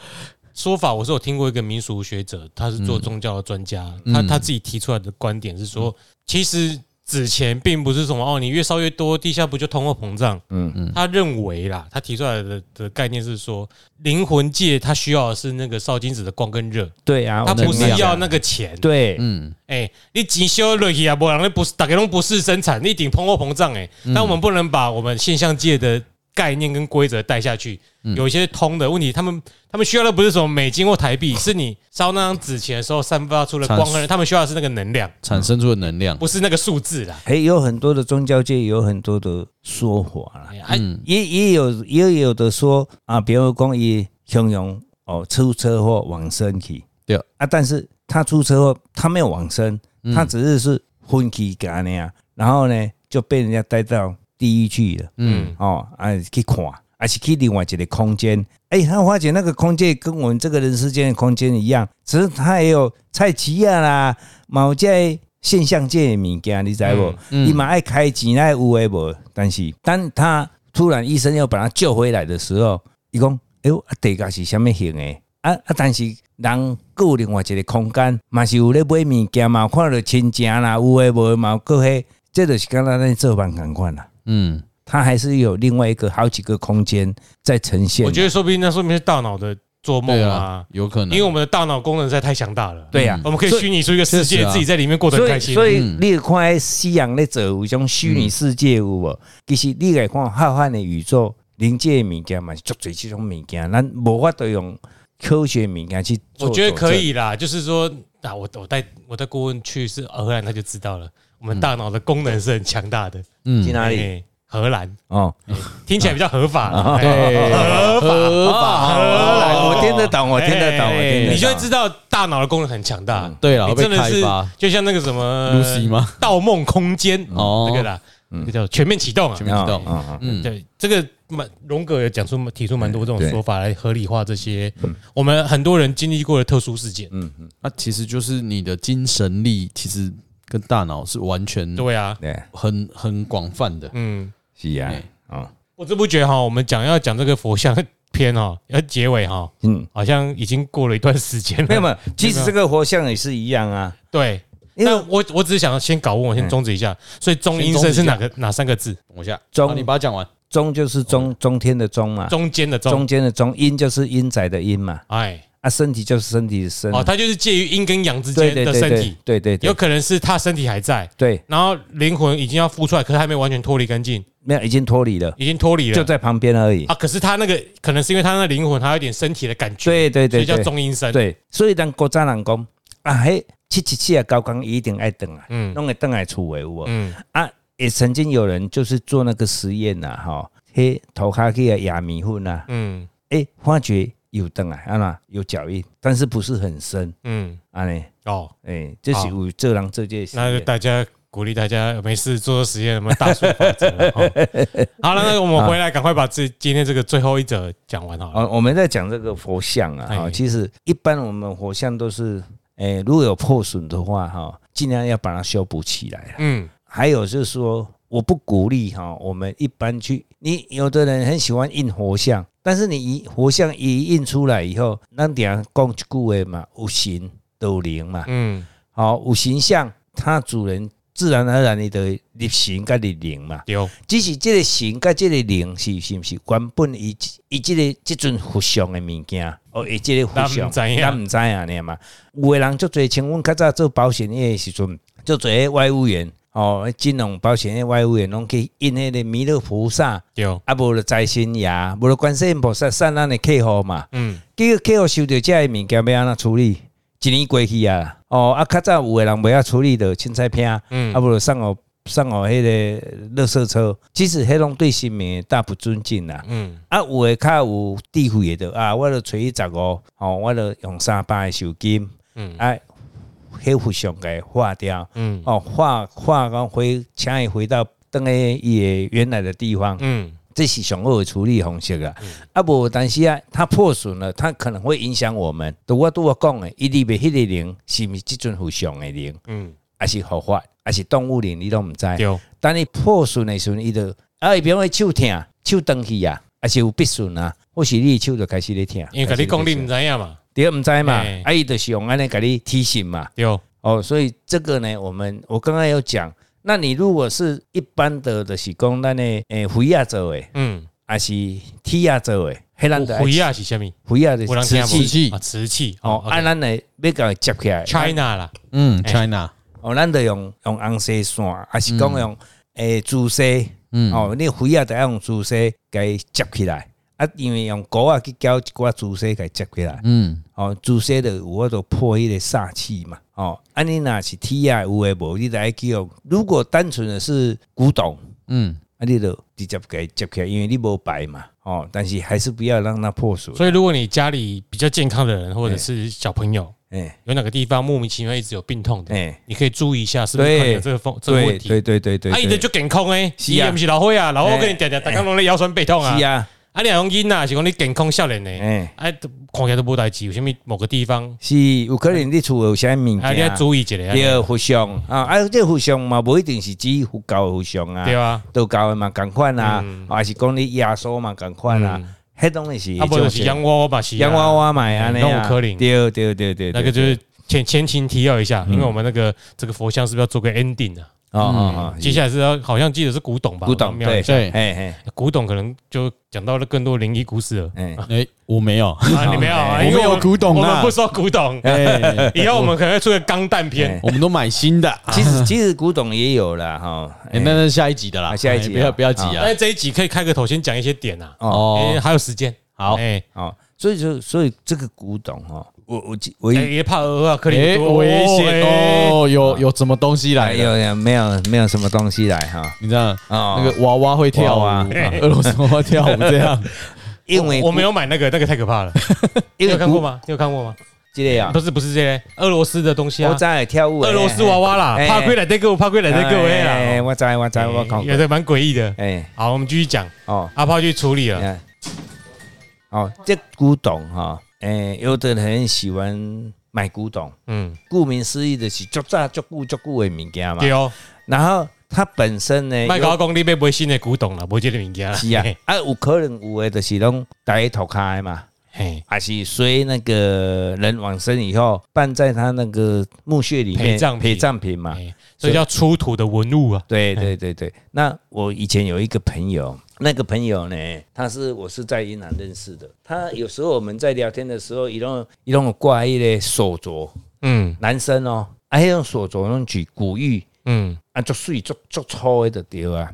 [SPEAKER 2] 说法，我是有听过一个民俗学者，他是做宗教的专家，
[SPEAKER 3] 嗯
[SPEAKER 2] 他他自己提出来的观点是说，其实纸钱并不是什么哦，你越烧越多，地下不就通货膨胀？
[SPEAKER 3] 嗯
[SPEAKER 2] 嗯嗯，他认为啦，他提出来的的概念是说，灵魂界它需要的是那个烧金纸的光跟热，
[SPEAKER 3] 对啊，
[SPEAKER 2] 它
[SPEAKER 3] 我能
[SPEAKER 2] 不是
[SPEAKER 3] 量
[SPEAKER 2] 要那个钱。
[SPEAKER 3] 对，
[SPEAKER 1] 嗯，
[SPEAKER 2] 哎、你钱烧落去啊，不然你不是大家拢不是生产，你顶通货膨胀哎、
[SPEAKER 3] 嗯
[SPEAKER 2] 但我们不能把我们现象界的概念跟规则带下去，
[SPEAKER 3] 嗯
[SPEAKER 2] 有一些通的问题，他们他们需要的不是什么美金或台币，是你烧那张纸钱的时候散发出的光和，他们需要的是那个能量，
[SPEAKER 1] 产生出的能量，
[SPEAKER 2] 不是那个数字啦。
[SPEAKER 3] 还有很多的宗教界有很多的说法啦
[SPEAKER 2] 哎，呀，哎
[SPEAKER 1] 嗯
[SPEAKER 3] 也也有也有的说啊，比如讲伊形容哦出车祸往生去，
[SPEAKER 1] 对
[SPEAKER 3] 啊，但是他出车祸他没有往生，他只是是昏去干那样，然后呢就被人家带到地狱去了。
[SPEAKER 1] 嗯，
[SPEAKER 3] 哦，啊去看，还是去另外一个空间。哎、他发觉那个空间跟我们这个人世间的空间一样，只是它也有菜奇亚啦、毛在现象界的物件，你知不？你嘛爱开钱爱有诶无？但是当他突然医生要把他救回来的时候，伊讲：哎呦，啊，地价是虾米型诶？啊啊！但是人还有另外一个空间，嘛是有咧买物件嘛，有看到亲情啦，有诶无的嘛，有过迄，这就是敢若咱做饭共款啦。
[SPEAKER 1] 嗯，
[SPEAKER 3] 它还是有另外一个好几个空间在呈现。
[SPEAKER 2] 我觉得说不定那说明是大脑的做梦
[SPEAKER 1] 对
[SPEAKER 2] 啊
[SPEAKER 1] 啊，，有可能，
[SPEAKER 2] 因为我们的大脑功能实在太强大了。
[SPEAKER 3] 对呀
[SPEAKER 2] 我们可以
[SPEAKER 3] 所以
[SPEAKER 2] 虚拟出一个世
[SPEAKER 1] 确
[SPEAKER 2] 界
[SPEAKER 1] 实，啊
[SPEAKER 2] 自己在里面嗯过得很
[SPEAKER 3] 所
[SPEAKER 2] 开
[SPEAKER 3] 以
[SPEAKER 2] 心。
[SPEAKER 3] 所以你有看西洋咧做有一种虚拟世界有无？其实你来看浩瀚的宇宙，临界的物件嘛，是足侪这种物件，咱无法度用科学的物件去做。
[SPEAKER 2] 我觉得可。以啦，就是说，啊，我我带我带顾问去是荷兰，他就知道了。我们大脑的功能是很强大的。
[SPEAKER 3] 去嗯哪里？啊
[SPEAKER 2] 哎？荷兰
[SPEAKER 3] 哦，
[SPEAKER 2] 听起来比较合法啦，哎
[SPEAKER 1] 对，
[SPEAKER 2] 合
[SPEAKER 1] 合
[SPEAKER 2] 法，
[SPEAKER 1] 法
[SPEAKER 2] 荷兰
[SPEAKER 3] 哦我听得懂，我听得懂，
[SPEAKER 2] 哎
[SPEAKER 3] 我听得懂。
[SPEAKER 2] 你就会知道大脑的功能很强大。
[SPEAKER 1] 对了，
[SPEAKER 2] 你
[SPEAKER 1] 会
[SPEAKER 2] 真
[SPEAKER 1] 被
[SPEAKER 2] 的
[SPEAKER 1] 开
[SPEAKER 2] 是
[SPEAKER 1] 发，
[SPEAKER 2] 就像那个什么
[SPEAKER 1] Lucy 吗？
[SPEAKER 2] 盗梦空间
[SPEAKER 1] 哦
[SPEAKER 2] 哦，这个啦，这个叫全面启动啊。
[SPEAKER 1] 知道
[SPEAKER 3] 嗯嗯嗯
[SPEAKER 1] 嗯
[SPEAKER 2] 对，这个蛮荣格有讲出提出蛮多这种说法来合理化这些
[SPEAKER 3] 嗯
[SPEAKER 2] 我们很多人经历过的特殊事件。
[SPEAKER 1] 那其实就是你的精神力，其实跟大脑是完全
[SPEAKER 2] 对啊，
[SPEAKER 3] 对，
[SPEAKER 1] 很很广泛的。
[SPEAKER 2] 嗯，
[SPEAKER 3] 是啊
[SPEAKER 1] 哎，
[SPEAKER 3] 哦，
[SPEAKER 2] 不知不觉哈，我们讲要讲这个佛像篇哈，要结尾哈，
[SPEAKER 3] 嗯，
[SPEAKER 2] 好像已经过了一段时间了。
[SPEAKER 3] 没有
[SPEAKER 2] *laughs*
[SPEAKER 3] 没有，其实这个佛像也是一样啊，
[SPEAKER 2] 对，
[SPEAKER 3] 因
[SPEAKER 2] 那
[SPEAKER 3] 为嗯
[SPEAKER 2] 我我只是想先搞问，我先终止一下。所以中阴身是哪个哪三个字？
[SPEAKER 1] 等我一下，
[SPEAKER 3] 中
[SPEAKER 1] 好你把它讲完。
[SPEAKER 3] 中就是
[SPEAKER 2] 嗯
[SPEAKER 3] 中中天的中嘛，
[SPEAKER 2] 中间的中
[SPEAKER 3] 中，间的中阴就是阴宅的阴嘛，
[SPEAKER 2] 哎，
[SPEAKER 3] 啊，身体就是身体的身，
[SPEAKER 2] 哦，它就是介于阴跟阳之
[SPEAKER 3] 对
[SPEAKER 2] 间
[SPEAKER 3] 对
[SPEAKER 2] 的
[SPEAKER 3] 对
[SPEAKER 2] 身
[SPEAKER 3] 对
[SPEAKER 2] 体，
[SPEAKER 3] 对对
[SPEAKER 2] 有
[SPEAKER 3] 对，
[SPEAKER 2] 可能是他身体还在，
[SPEAKER 3] 对，
[SPEAKER 2] 然后灵魂已经要孵出来，可是还没完全脱离干净，
[SPEAKER 3] 没有已经脱离了，
[SPEAKER 2] 已经脱离
[SPEAKER 3] 就
[SPEAKER 2] 了
[SPEAKER 3] 在旁边而已
[SPEAKER 2] 啊。。可是他那个可能是因为他那灵魂还有一点身体的感觉，
[SPEAKER 3] 对对
[SPEAKER 2] 所以
[SPEAKER 3] 对
[SPEAKER 2] 叫
[SPEAKER 3] 对，
[SPEAKER 2] 中阴身。
[SPEAKER 3] 对，所以咱国早人讲啊，嘿，七七七啊，高岗一定爱等啊，
[SPEAKER 2] 嗯
[SPEAKER 3] 弄个等来厝诶有无？
[SPEAKER 2] 嗯，
[SPEAKER 3] 啊，也曾经有人就是做那个实验呐，吼，嘿，头壳去啊亚米粉啊，
[SPEAKER 2] 嗯
[SPEAKER 3] 诶，发觉有等来啊啦，有脚印，但是不是很深
[SPEAKER 2] 嗯，
[SPEAKER 3] 啊呢？
[SPEAKER 2] 哦，
[SPEAKER 3] 诶，这是有这人做这个实
[SPEAKER 2] 那
[SPEAKER 3] 验
[SPEAKER 2] 大家鼓励大家没事做做实验，什么大数法则。哦好了，那我们回来赶快把这今天这个最后一则讲完好了。
[SPEAKER 3] 哦，我们在讲这个佛像啊，哈，
[SPEAKER 2] 哎
[SPEAKER 3] 其实一般我们佛像都是，诶、如果有破损的话，哈，尽量要把它修补起来啊。
[SPEAKER 2] 嗯
[SPEAKER 3] 还有就是说，我不鼓励哈，我们一般去你有的人很喜欢印佛像，但是你一佛像一印出来以后，咱底下讲一句话嘛，有形都有灵嘛，
[SPEAKER 2] 嗯，
[SPEAKER 3] 好、有形象，它主人自然而然你的立形跟立灵嘛。
[SPEAKER 2] 对，
[SPEAKER 3] 只是这个神甲这个灵是是不是原本伊伊这个即阵佛像的物件，哦，伊这个佛像，
[SPEAKER 2] 嗯咱不知啊影
[SPEAKER 3] 咱毋知影呢嘛。有的人足侪，像阮较早做保险业的时阵，足侪的外务员，哦，金融保险的外务员拢去印迄个弥勒菩萨，
[SPEAKER 2] 对，
[SPEAKER 3] 啊，无就财神爷，无就观世音菩萨善咱的客户嘛。
[SPEAKER 2] 嗯，
[SPEAKER 3] 结果客户收到这个物件要安怎处理？一年过去啊，哦，啊，较早有的人袂晓处理的，凊彩片。
[SPEAKER 2] 嗯
[SPEAKER 3] 啊，，不如送我送我迄个垃圾车，其实迄种对生命的大不尊敬啦。
[SPEAKER 2] 嗯，
[SPEAKER 3] 啊，有诶较有智慧的啊，我著揣伊十五，吼、我著用三百诶手金，
[SPEAKER 2] 嗯
[SPEAKER 3] 啊，黑佛像给化掉，
[SPEAKER 2] 嗯，
[SPEAKER 3] 哦，化化讲回，请伊回到当诶伊诶原来的地方，
[SPEAKER 2] 嗯，
[SPEAKER 3] 这是上好的处理方式啊。啊，无但是啊，它破损了，它可能会影响我们。对我拄我啊讲诶，伊里边迄个灵是毋是即阵佛像诶灵？
[SPEAKER 2] 嗯，
[SPEAKER 3] 还是合法，还是动物灵，你都毋知。
[SPEAKER 2] 对，
[SPEAKER 3] 等你破损的时阵，伊就啊，伊比如讲手疼，手断去啊，还是有必损啊，或是你的手就开始咧疼。
[SPEAKER 2] 因为跟你讲你
[SPEAKER 3] 开始
[SPEAKER 2] 唔
[SPEAKER 3] 咧
[SPEAKER 2] 知影嘛，
[SPEAKER 3] 疼，对，毋知嘛
[SPEAKER 2] 嘿，
[SPEAKER 3] 啊，伊就是用安尼甲你提醒嘛。
[SPEAKER 2] 对，
[SPEAKER 3] 哦，所以这个呢，我们我刚刚有讲，那你如果是一般的，就是讲咱的诶，肥亚做诶，
[SPEAKER 2] 嗯，
[SPEAKER 3] 还是铁亚做诶，迄咱的
[SPEAKER 2] 回啊是虾米？
[SPEAKER 3] 肥亚的
[SPEAKER 2] 有人听
[SPEAKER 3] 瓷
[SPEAKER 1] 瓷
[SPEAKER 2] 无
[SPEAKER 3] 器。
[SPEAKER 1] 器
[SPEAKER 2] 啊，，瓷器，
[SPEAKER 3] 哦
[SPEAKER 2] 哦，
[SPEAKER 3] 按
[SPEAKER 2] ，OK
[SPEAKER 3] 咱的要甲接起来，
[SPEAKER 2] ，China 啦，
[SPEAKER 1] 嗯，China，
[SPEAKER 3] 哦，咱就用用红色线，还是
[SPEAKER 2] 嗯
[SPEAKER 3] 讲用诶朱砂，嗯，哦，你肥啊，得要用朱砂给接起来，啊，因为用膏啊去搅一寡朱砂给接起来，
[SPEAKER 1] 嗯，
[SPEAKER 3] 哦，朱砂的有法度破迄个煞气嘛，哦，啊，你若是铁啊有诶无，你来去用，如果单纯的是古董，
[SPEAKER 1] 嗯，
[SPEAKER 3] 啊，你就直接给接起来，因为你无白嘛，哦，但是还是不要让它破损，
[SPEAKER 2] 所以如果你家里比较健康的人，或者是小朋友，
[SPEAKER 3] 哎
[SPEAKER 2] 有哪个地方莫名其妙一直有病痛的，
[SPEAKER 3] 哎，
[SPEAKER 2] 你可以注意一下，是不是可能有这个风这个
[SPEAKER 3] 对
[SPEAKER 2] 问题？
[SPEAKER 3] 对对对对，
[SPEAKER 2] 啊，伊
[SPEAKER 3] 对
[SPEAKER 2] 的就健康诶，
[SPEAKER 3] 是
[SPEAKER 2] 伊
[SPEAKER 3] 啊
[SPEAKER 2] 也毋是老伙啊，老伙跟你定定，大家拢咧腰酸背痛啊
[SPEAKER 3] 是。啊，
[SPEAKER 2] 啊，你若讲囡仔是讲你健康少年诶，
[SPEAKER 3] 哎。
[SPEAKER 2] 啊，都看起来都无代志，有啥物某个地方，
[SPEAKER 3] 是，有可能你厝有啥物件？
[SPEAKER 2] 啊，你要注意一下，啊
[SPEAKER 3] 对，佛像啊，啊，这佛像嘛，无一定是指佛教的佛像
[SPEAKER 2] 对
[SPEAKER 3] 啊，
[SPEAKER 2] 啊，嗯
[SPEAKER 3] 道教的嘛，共款啊，还是讲你耶稣嘛，共款啊，迄当然是
[SPEAKER 2] 啊，
[SPEAKER 3] 迄
[SPEAKER 2] 无
[SPEAKER 3] 种
[SPEAKER 2] 就是洋娃娃嘛是啊
[SPEAKER 3] 洋娃，娃嘛，安尼
[SPEAKER 2] 拢有可能
[SPEAKER 3] 对对对对，
[SPEAKER 2] 那个就
[SPEAKER 3] 对嗯
[SPEAKER 2] 是前前情提要一下，因为我们那个这个佛像是不是要做个 ending 啊？
[SPEAKER 3] 哦哦哦，
[SPEAKER 2] 接下来是要好像记得是古董吧？
[SPEAKER 3] 古董
[SPEAKER 2] 我们
[SPEAKER 3] 对
[SPEAKER 2] 瞄一下
[SPEAKER 1] 对
[SPEAKER 3] 嘿嘿，
[SPEAKER 2] 古董可能就讲到了更多灵异故事了。
[SPEAKER 3] 哎，
[SPEAKER 1] 哎，我没有，
[SPEAKER 2] 啊，你没有啊？
[SPEAKER 1] 我
[SPEAKER 2] 因为
[SPEAKER 1] 没有古董
[SPEAKER 2] 我们
[SPEAKER 1] 啊
[SPEAKER 2] 不说古董，
[SPEAKER 1] 哎，
[SPEAKER 2] *laughs* 以后我们可能会出个钢弹片
[SPEAKER 3] 哎。
[SPEAKER 1] 我们都买新的，
[SPEAKER 2] *laughs*
[SPEAKER 3] 其实其实古董也有啦哈，
[SPEAKER 1] 哎那那是下一集的啦，
[SPEAKER 3] 啊下一集
[SPEAKER 1] 哎不
[SPEAKER 3] 啊
[SPEAKER 1] 要不要急啊
[SPEAKER 2] 但，是这一集可以开个头，先讲一些点啊，因为
[SPEAKER 1] 哦，
[SPEAKER 2] 还有时间。
[SPEAKER 1] 好
[SPEAKER 2] 哎，
[SPEAKER 3] 哦，所以就所以这个古董哦，我我记我
[SPEAKER 2] 哎也怕鹅啊，克里
[SPEAKER 1] 哎，
[SPEAKER 2] 多
[SPEAKER 1] 危险，哦，有有什么东西来
[SPEAKER 3] 哎
[SPEAKER 1] 了？
[SPEAKER 3] 有有没有没有什么东西来哈，
[SPEAKER 1] 你知道
[SPEAKER 3] 哦
[SPEAKER 1] 那个娃娃会跳舞
[SPEAKER 3] 娃
[SPEAKER 1] 啊
[SPEAKER 3] 娃，
[SPEAKER 1] *laughs* 俄罗斯娃娃跳舞这样，
[SPEAKER 3] 因为
[SPEAKER 2] 我没有买那个，那个太可怕了。你
[SPEAKER 3] 因为
[SPEAKER 2] 有看过
[SPEAKER 3] 古
[SPEAKER 2] 吗？你有看过吗？
[SPEAKER 3] 这个啊
[SPEAKER 2] 不，是不是这些俄罗斯的东西
[SPEAKER 3] 我
[SPEAKER 2] 啊
[SPEAKER 3] 知，道跳舞的，
[SPEAKER 2] 俄罗斯娃娃啦，
[SPEAKER 3] 哎
[SPEAKER 2] 怕鬼来得给我，怕鬼来得给我
[SPEAKER 3] 哎，我知我知
[SPEAKER 2] 啦。
[SPEAKER 3] 我讲
[SPEAKER 2] 有
[SPEAKER 3] 过，
[SPEAKER 2] 的蛮诡异的。
[SPEAKER 3] 哎
[SPEAKER 2] 好，我们继续讲，
[SPEAKER 3] 哦。
[SPEAKER 2] 阿炮去处理
[SPEAKER 3] 你
[SPEAKER 2] 了。
[SPEAKER 3] 看，哦，这古董哈，诶、有的人喜欢买古董，
[SPEAKER 2] 嗯，
[SPEAKER 3] 顾名思义的是足早足久足久的物件嘛
[SPEAKER 2] 对。哦，
[SPEAKER 3] 然后它本身呢，
[SPEAKER 2] 麦
[SPEAKER 3] 有
[SPEAKER 2] 高公你要买新的古董了，不这个物件啦。
[SPEAKER 3] 是啊
[SPEAKER 2] 嘿，
[SPEAKER 3] 啊，有可能有的就是拢在头开的嘛，
[SPEAKER 2] 嘿，
[SPEAKER 3] 还是随那个人往生以后办在他那个墓穴里面
[SPEAKER 2] 陪葬品
[SPEAKER 3] 陪葬品嘛。
[SPEAKER 2] 嘿所以叫出土的文物啊。
[SPEAKER 3] 对对对对，那我以前有一个朋友，那个朋友呢，他是我是在银行认识的。他有时候我们在聊天的时候，一弄一弄挂一个手镯，
[SPEAKER 2] 嗯
[SPEAKER 3] 男生哦，啊，迄种手镯拢举古玉，
[SPEAKER 2] 嗯
[SPEAKER 3] 啊，足水足足粗的就对啊。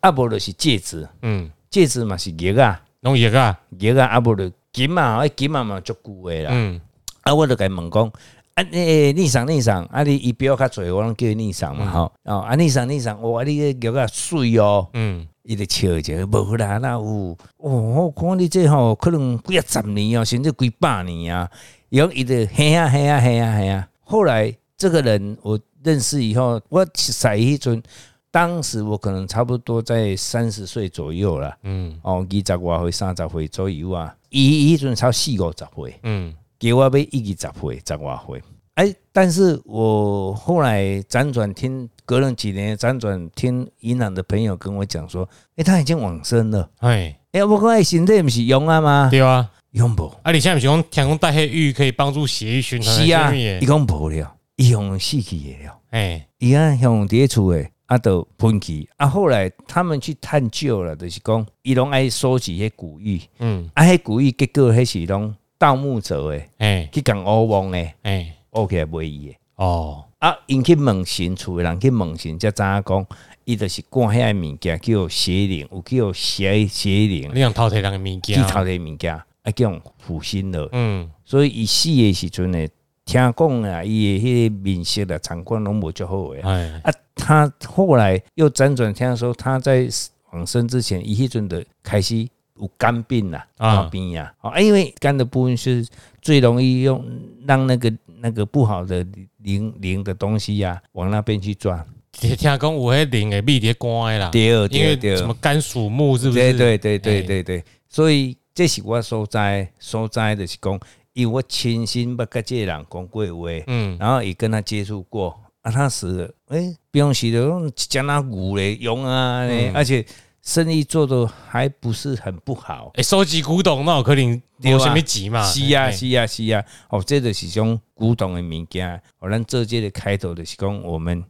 [SPEAKER 3] 啊，无就是戒指，
[SPEAKER 2] 嗯，
[SPEAKER 3] 戒指嘛是玉啊，
[SPEAKER 2] 农业啊，
[SPEAKER 3] 玉啊，啊无就金啊，迄金啊嘛足久的啦。
[SPEAKER 2] 嗯
[SPEAKER 3] 啊，我就甲伊问讲，啊，你诶，逆上逆上，啊，你仪表较侪，我拢叫伊逆上嘛吼。哦，啊，逆上逆上，哇，你迄玉啊水哦。
[SPEAKER 2] 嗯，
[SPEAKER 3] 伊就笑者，无啦，那有哦，我看你这吼、可能几啊十年哦，甚至几百年啊，然后伊就嘿啊嘿啊嘿啊嘿啊。后来这个人我认识以后，我在迄阵，当时我可能差不多在三十岁左右啦，
[SPEAKER 2] 嗯
[SPEAKER 3] 哦，二十外岁、三十岁左右啊，伊伊迄阵才四五十岁，
[SPEAKER 2] 嗯
[SPEAKER 3] 叫我要一二十岁、十外岁。哎，但是我后来辗转听，隔了几年辗转听银行的朋友跟我讲说，哎，他已经往生了。
[SPEAKER 2] 哎，
[SPEAKER 3] 哎，我讲哎，现在不是用啊吗？
[SPEAKER 2] 对啊，
[SPEAKER 3] 用不？
[SPEAKER 2] 啊，你现在不是讲天空带黑玉可以帮助血液循环，
[SPEAKER 3] 是啊，
[SPEAKER 2] 还什么
[SPEAKER 3] 伊
[SPEAKER 2] 的
[SPEAKER 3] 讲无了，伊用死去的了。
[SPEAKER 2] 哎，
[SPEAKER 3] 伊啊，用伫厝诶，啊，都分去啊。后来他们去探究了，就是讲，伊拢爱收集迄古玉，
[SPEAKER 2] 嗯，
[SPEAKER 3] 啊，迄古玉结果迄是拢盗墓者诶，
[SPEAKER 2] 哎，
[SPEAKER 3] 去共乌王诶，
[SPEAKER 2] 哎，
[SPEAKER 3] 乌起来卖伊诶。
[SPEAKER 2] 哦，
[SPEAKER 3] 啊，因去问神厝诶人去问神，才知影讲，伊就是赶遐个物件叫邪灵，有叫邪邪灵
[SPEAKER 2] 你想淘汰人的物
[SPEAKER 3] 去
[SPEAKER 2] 件，
[SPEAKER 3] 偷摕物件，啊，叫人腐心了。
[SPEAKER 2] 嗯，
[SPEAKER 3] 所以伊死诶时阵呢，听讲啊，伊诶迄个面色啊啦、长官拢无足好诶。
[SPEAKER 2] 哎，
[SPEAKER 3] 啊，他后来又辗转听说他在往生之前，伊迄阵的开始有肝病啦，
[SPEAKER 2] 啊
[SPEAKER 3] 啊病呀，啊，因为肝的部分是最容易用让那个那个不好的灵灵的东西呀、往那边去转。
[SPEAKER 2] 听讲有迄灵的秘伫关的啦，
[SPEAKER 3] 第二，
[SPEAKER 2] 啊因
[SPEAKER 3] 第二，
[SPEAKER 2] 为
[SPEAKER 3] 第
[SPEAKER 2] 什么
[SPEAKER 3] 二，
[SPEAKER 2] 甘薯木是不
[SPEAKER 3] 对
[SPEAKER 2] 是？哎
[SPEAKER 3] 对对对对对，所以这是我所在所在的是讲，因为我亲身捌甲这个人讲过话，
[SPEAKER 2] 嗯，
[SPEAKER 3] 然后也跟他接触过啊，他死了，哎、平时的用讲那牛嘞、用啊
[SPEAKER 2] 嗯
[SPEAKER 3] 嘞，而且生意做的还不是很不好。
[SPEAKER 2] 哎，收集古董那有可能
[SPEAKER 3] 对啊
[SPEAKER 2] 有什么急嘛？
[SPEAKER 3] 是啊，
[SPEAKER 2] 哎，
[SPEAKER 3] 是啊，是啊，哦，这就是一种古董的物件。哦，咱这届的开头就是讲，我们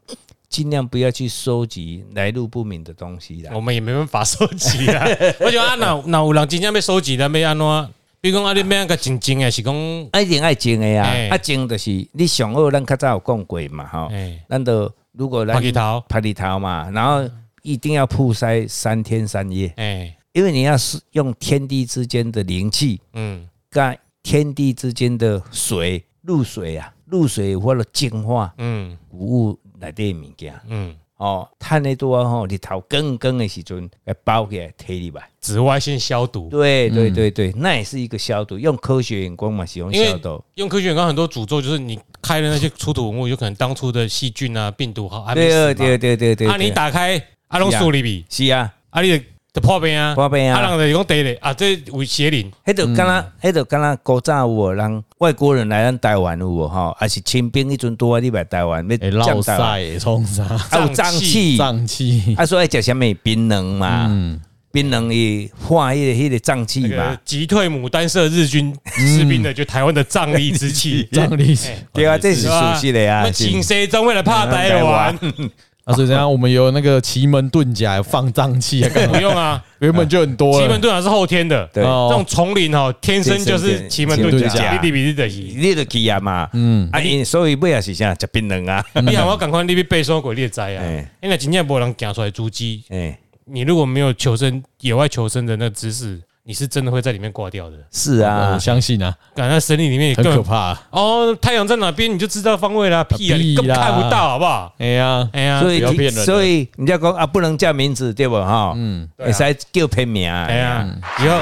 [SPEAKER 3] 尽量不要去收集来路不明的东西啦
[SPEAKER 2] 我。们也没办法收集
[SPEAKER 3] *laughs*
[SPEAKER 2] 啦。我觉得啊，那那有人真正要收集，咱要安怎？比如讲啊，你要那个真正的是讲，
[SPEAKER 3] 啊，一定爱种的啊
[SPEAKER 2] 嘿，
[SPEAKER 3] 啊，种就是你上好，咱较早有讲过嘛，吼、
[SPEAKER 2] 哎，
[SPEAKER 3] 咱就如果
[SPEAKER 2] 花
[SPEAKER 3] 咱
[SPEAKER 2] 旗头，
[SPEAKER 3] 拍里头嘛，然后一定要曝晒三天三夜。
[SPEAKER 2] 哎，
[SPEAKER 3] 因为你要是用天地之间的灵气，
[SPEAKER 2] 嗯，
[SPEAKER 3] 跟天地之间的水露水啊，露水或者净化
[SPEAKER 2] 嗯，
[SPEAKER 3] 谷物内底的物件
[SPEAKER 2] 嗯，
[SPEAKER 3] 哦，趁的多吼，日头光光的时阵，来包起来提入来。
[SPEAKER 2] 紫外线消毒，
[SPEAKER 3] 对对对对，那也是一个消毒，用科学眼光嘛，使用
[SPEAKER 2] 嗯因为
[SPEAKER 3] 消毒。
[SPEAKER 2] 用科学眼光很多诅咒，就是你开了那些出土文物，有可能当初的细菌啊、病毒好，还没
[SPEAKER 3] 对
[SPEAKER 2] 死嘛
[SPEAKER 3] 对对对对对，
[SPEAKER 2] 啊，你打开啊，拢树里比，
[SPEAKER 3] 是啊，
[SPEAKER 2] 啊，你的破病啊，
[SPEAKER 3] 破病啊
[SPEAKER 2] 啊，人就是讲地嘞啊，这有邪灵，
[SPEAKER 3] 迄就敢
[SPEAKER 2] 嗯
[SPEAKER 3] 若迄就敢若古早有无人外国人来咱台湾有无吼，还是清兵迄阵拄啊，你来台湾要
[SPEAKER 1] 会
[SPEAKER 3] 降
[SPEAKER 1] 落
[SPEAKER 3] 台湾，
[SPEAKER 1] 晒，会冲啥？
[SPEAKER 3] 啊有瘴气，
[SPEAKER 1] 胀气，
[SPEAKER 3] *laughs* 啊，所以食啥物槟榔嘛，
[SPEAKER 1] 嗯，。
[SPEAKER 3] 槟榔伊化迄个迄个瘴气
[SPEAKER 2] 那
[SPEAKER 3] 嘛
[SPEAKER 2] 个，击退牡丹社日军士兵的，就台湾的瘴气之气
[SPEAKER 1] 胀力士
[SPEAKER 2] 哎
[SPEAKER 3] 对啊，这嗯 *laughs* 是嗯
[SPEAKER 2] 是
[SPEAKER 3] 熟
[SPEAKER 2] 吧
[SPEAKER 3] 悉的
[SPEAKER 2] 我
[SPEAKER 3] 啊
[SPEAKER 2] 们，请谁中为了怕台湾？
[SPEAKER 1] 啊，所以这样我们有那个奇门遁甲有放胀气啊，干
[SPEAKER 2] *laughs* *laughs* 不
[SPEAKER 1] 嘛？
[SPEAKER 2] 用
[SPEAKER 3] *laughs*
[SPEAKER 2] 啊，
[SPEAKER 1] 原本就很多
[SPEAKER 2] 奇
[SPEAKER 1] 了
[SPEAKER 2] 门。遁甲是后天的，
[SPEAKER 3] 对
[SPEAKER 2] 这种
[SPEAKER 1] 哦，
[SPEAKER 2] 丛林哦，天生就是奇门
[SPEAKER 1] 奇
[SPEAKER 2] 遁
[SPEAKER 1] 门遁
[SPEAKER 2] 甲，
[SPEAKER 1] 甲
[SPEAKER 2] 你比比的是。
[SPEAKER 3] 你就去啊嘛，
[SPEAKER 1] 嗯，
[SPEAKER 3] 啊，因所以尾也是啥，食槟榔啊，
[SPEAKER 2] 你想我赶快你被背双鬼列灾啊
[SPEAKER 3] 哎！
[SPEAKER 2] 因为今天没人讲出来足迹，
[SPEAKER 3] 哎，
[SPEAKER 2] 你如果没有求生野外求生的那知识，你是真的会在里面挂掉的。
[SPEAKER 3] 是
[SPEAKER 1] 我
[SPEAKER 3] 啊，
[SPEAKER 1] 相信啊，
[SPEAKER 2] 赶在森林里面也
[SPEAKER 1] 很
[SPEAKER 2] 根
[SPEAKER 1] 可
[SPEAKER 2] 本
[SPEAKER 1] 怕啊。
[SPEAKER 2] 哦，太阳在哪边你就知道方位啦，屁啊，
[SPEAKER 1] 屁
[SPEAKER 2] 你根本
[SPEAKER 1] 啦
[SPEAKER 2] 看不到，好不好？
[SPEAKER 1] 哎呀，
[SPEAKER 2] 哎呀，
[SPEAKER 3] 所以
[SPEAKER 1] 不要骗人了
[SPEAKER 3] 所以人家讲啊，不能叫名字对不哈，嗯，
[SPEAKER 2] 对啊
[SPEAKER 3] 会使叫片名，
[SPEAKER 2] 哎
[SPEAKER 3] 哎
[SPEAKER 2] 呀，以后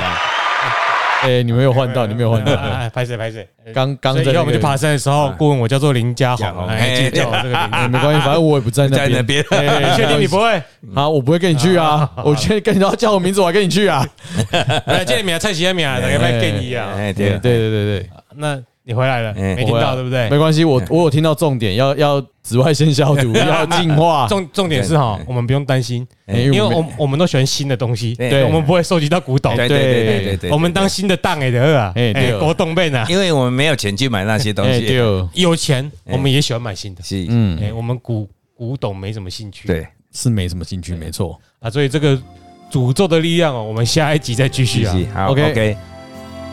[SPEAKER 1] 哎，你没有换到，你没有换到。
[SPEAKER 2] 哎，拍谁拍谁。
[SPEAKER 1] 刚刚
[SPEAKER 2] 所
[SPEAKER 1] 在
[SPEAKER 2] 以以
[SPEAKER 1] 那
[SPEAKER 2] 后我们去
[SPEAKER 1] 个
[SPEAKER 2] 爬山的时候，顾问我叫做林家
[SPEAKER 3] 家
[SPEAKER 2] 豪，
[SPEAKER 3] 宏
[SPEAKER 2] 哎，
[SPEAKER 3] 哎
[SPEAKER 2] 记得叫我这个名
[SPEAKER 1] 哎
[SPEAKER 2] 字。
[SPEAKER 1] 没关系，反正我也不在那
[SPEAKER 3] 在那
[SPEAKER 1] 边。
[SPEAKER 3] 边，
[SPEAKER 1] *laughs*
[SPEAKER 2] 哎确定你不会？
[SPEAKER 1] 啊，我不会跟你去啊！ *laughs* 我现在跟你都要叫我名字，我还跟你去啊！
[SPEAKER 2] 哎，这里名蔡奇的名，大概卖建议啊。
[SPEAKER 3] 哎
[SPEAKER 1] 对
[SPEAKER 3] 对
[SPEAKER 1] 对。对对，
[SPEAKER 2] 那你回来了，
[SPEAKER 3] 哎
[SPEAKER 2] 没听
[SPEAKER 1] 我回
[SPEAKER 2] 到
[SPEAKER 1] 来
[SPEAKER 2] 对不对？
[SPEAKER 1] 没关系，
[SPEAKER 3] 嗯
[SPEAKER 1] 我我有听到重点，要要紫外线消
[SPEAKER 3] *laughs*
[SPEAKER 1] 毒，要净化，
[SPEAKER 2] 重重点是哈，我们不用担心，
[SPEAKER 1] 啊哎
[SPEAKER 2] 因为
[SPEAKER 1] 们
[SPEAKER 2] 我们我们都喜欢新的东西，
[SPEAKER 3] 对哎
[SPEAKER 2] 对，我们不会收集到古董，
[SPEAKER 3] 对对
[SPEAKER 1] 对
[SPEAKER 3] 对对对对，
[SPEAKER 2] 我们当新的档哎的啊，
[SPEAKER 1] 哎对
[SPEAKER 2] 哎，古董妹啊，
[SPEAKER 3] 因为我们没有钱去买那些东
[SPEAKER 1] 哎
[SPEAKER 3] 西，
[SPEAKER 1] 对，
[SPEAKER 2] 有钱我们也喜欢买新的，
[SPEAKER 3] 是，
[SPEAKER 1] 嗯，
[SPEAKER 2] 哎，我们古古董没什么兴趣，
[SPEAKER 3] 对，
[SPEAKER 1] 是没什么兴趣，没
[SPEAKER 3] *laughs*
[SPEAKER 1] 错。
[SPEAKER 2] 啊，所以这个诅咒的力量哦，我们下一集再继续
[SPEAKER 3] 是
[SPEAKER 2] 啊。
[SPEAKER 3] 是，好
[SPEAKER 1] OK
[SPEAKER 3] ，OK，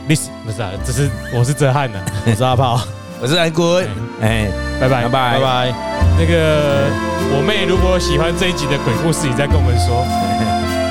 [SPEAKER 2] This 不是啊，只是我是哲翰呐，
[SPEAKER 1] 我是阿炮，
[SPEAKER 3] 我是安坤，哎，
[SPEAKER 2] 拜拜
[SPEAKER 3] 拜。拜
[SPEAKER 1] 拜。拜。
[SPEAKER 2] 那个我妹如果喜欢这一集的鬼故事，你再跟我们说。